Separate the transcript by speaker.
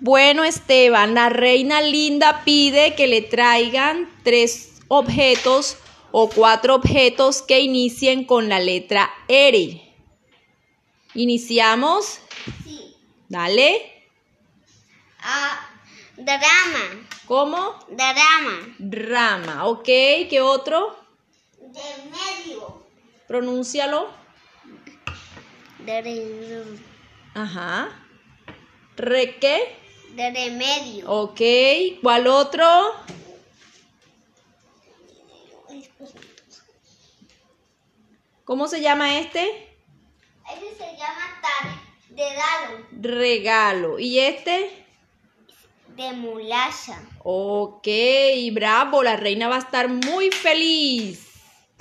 Speaker 1: Bueno, Esteban, la reina linda pide que le traigan tres objetos o cuatro objetos que inicien con la letra R. ¿Iniciamos?
Speaker 2: Sí.
Speaker 1: Dale.
Speaker 2: Ah, drama.
Speaker 1: ¿Cómo?
Speaker 2: Drama.
Speaker 1: Rama. Ok, ¿qué otro?
Speaker 2: De medio.
Speaker 1: Pronúncialo.
Speaker 2: De, re-
Speaker 1: Ajá. ¿Re qué?
Speaker 2: de remedio.
Speaker 1: Ok, ¿cuál otro? ¿Cómo se llama este?
Speaker 2: Ese se llama tar. De dado.
Speaker 1: Regalo. ¿Y este?
Speaker 2: De mulacha.
Speaker 1: Ok, bravo, la reina va a estar muy feliz.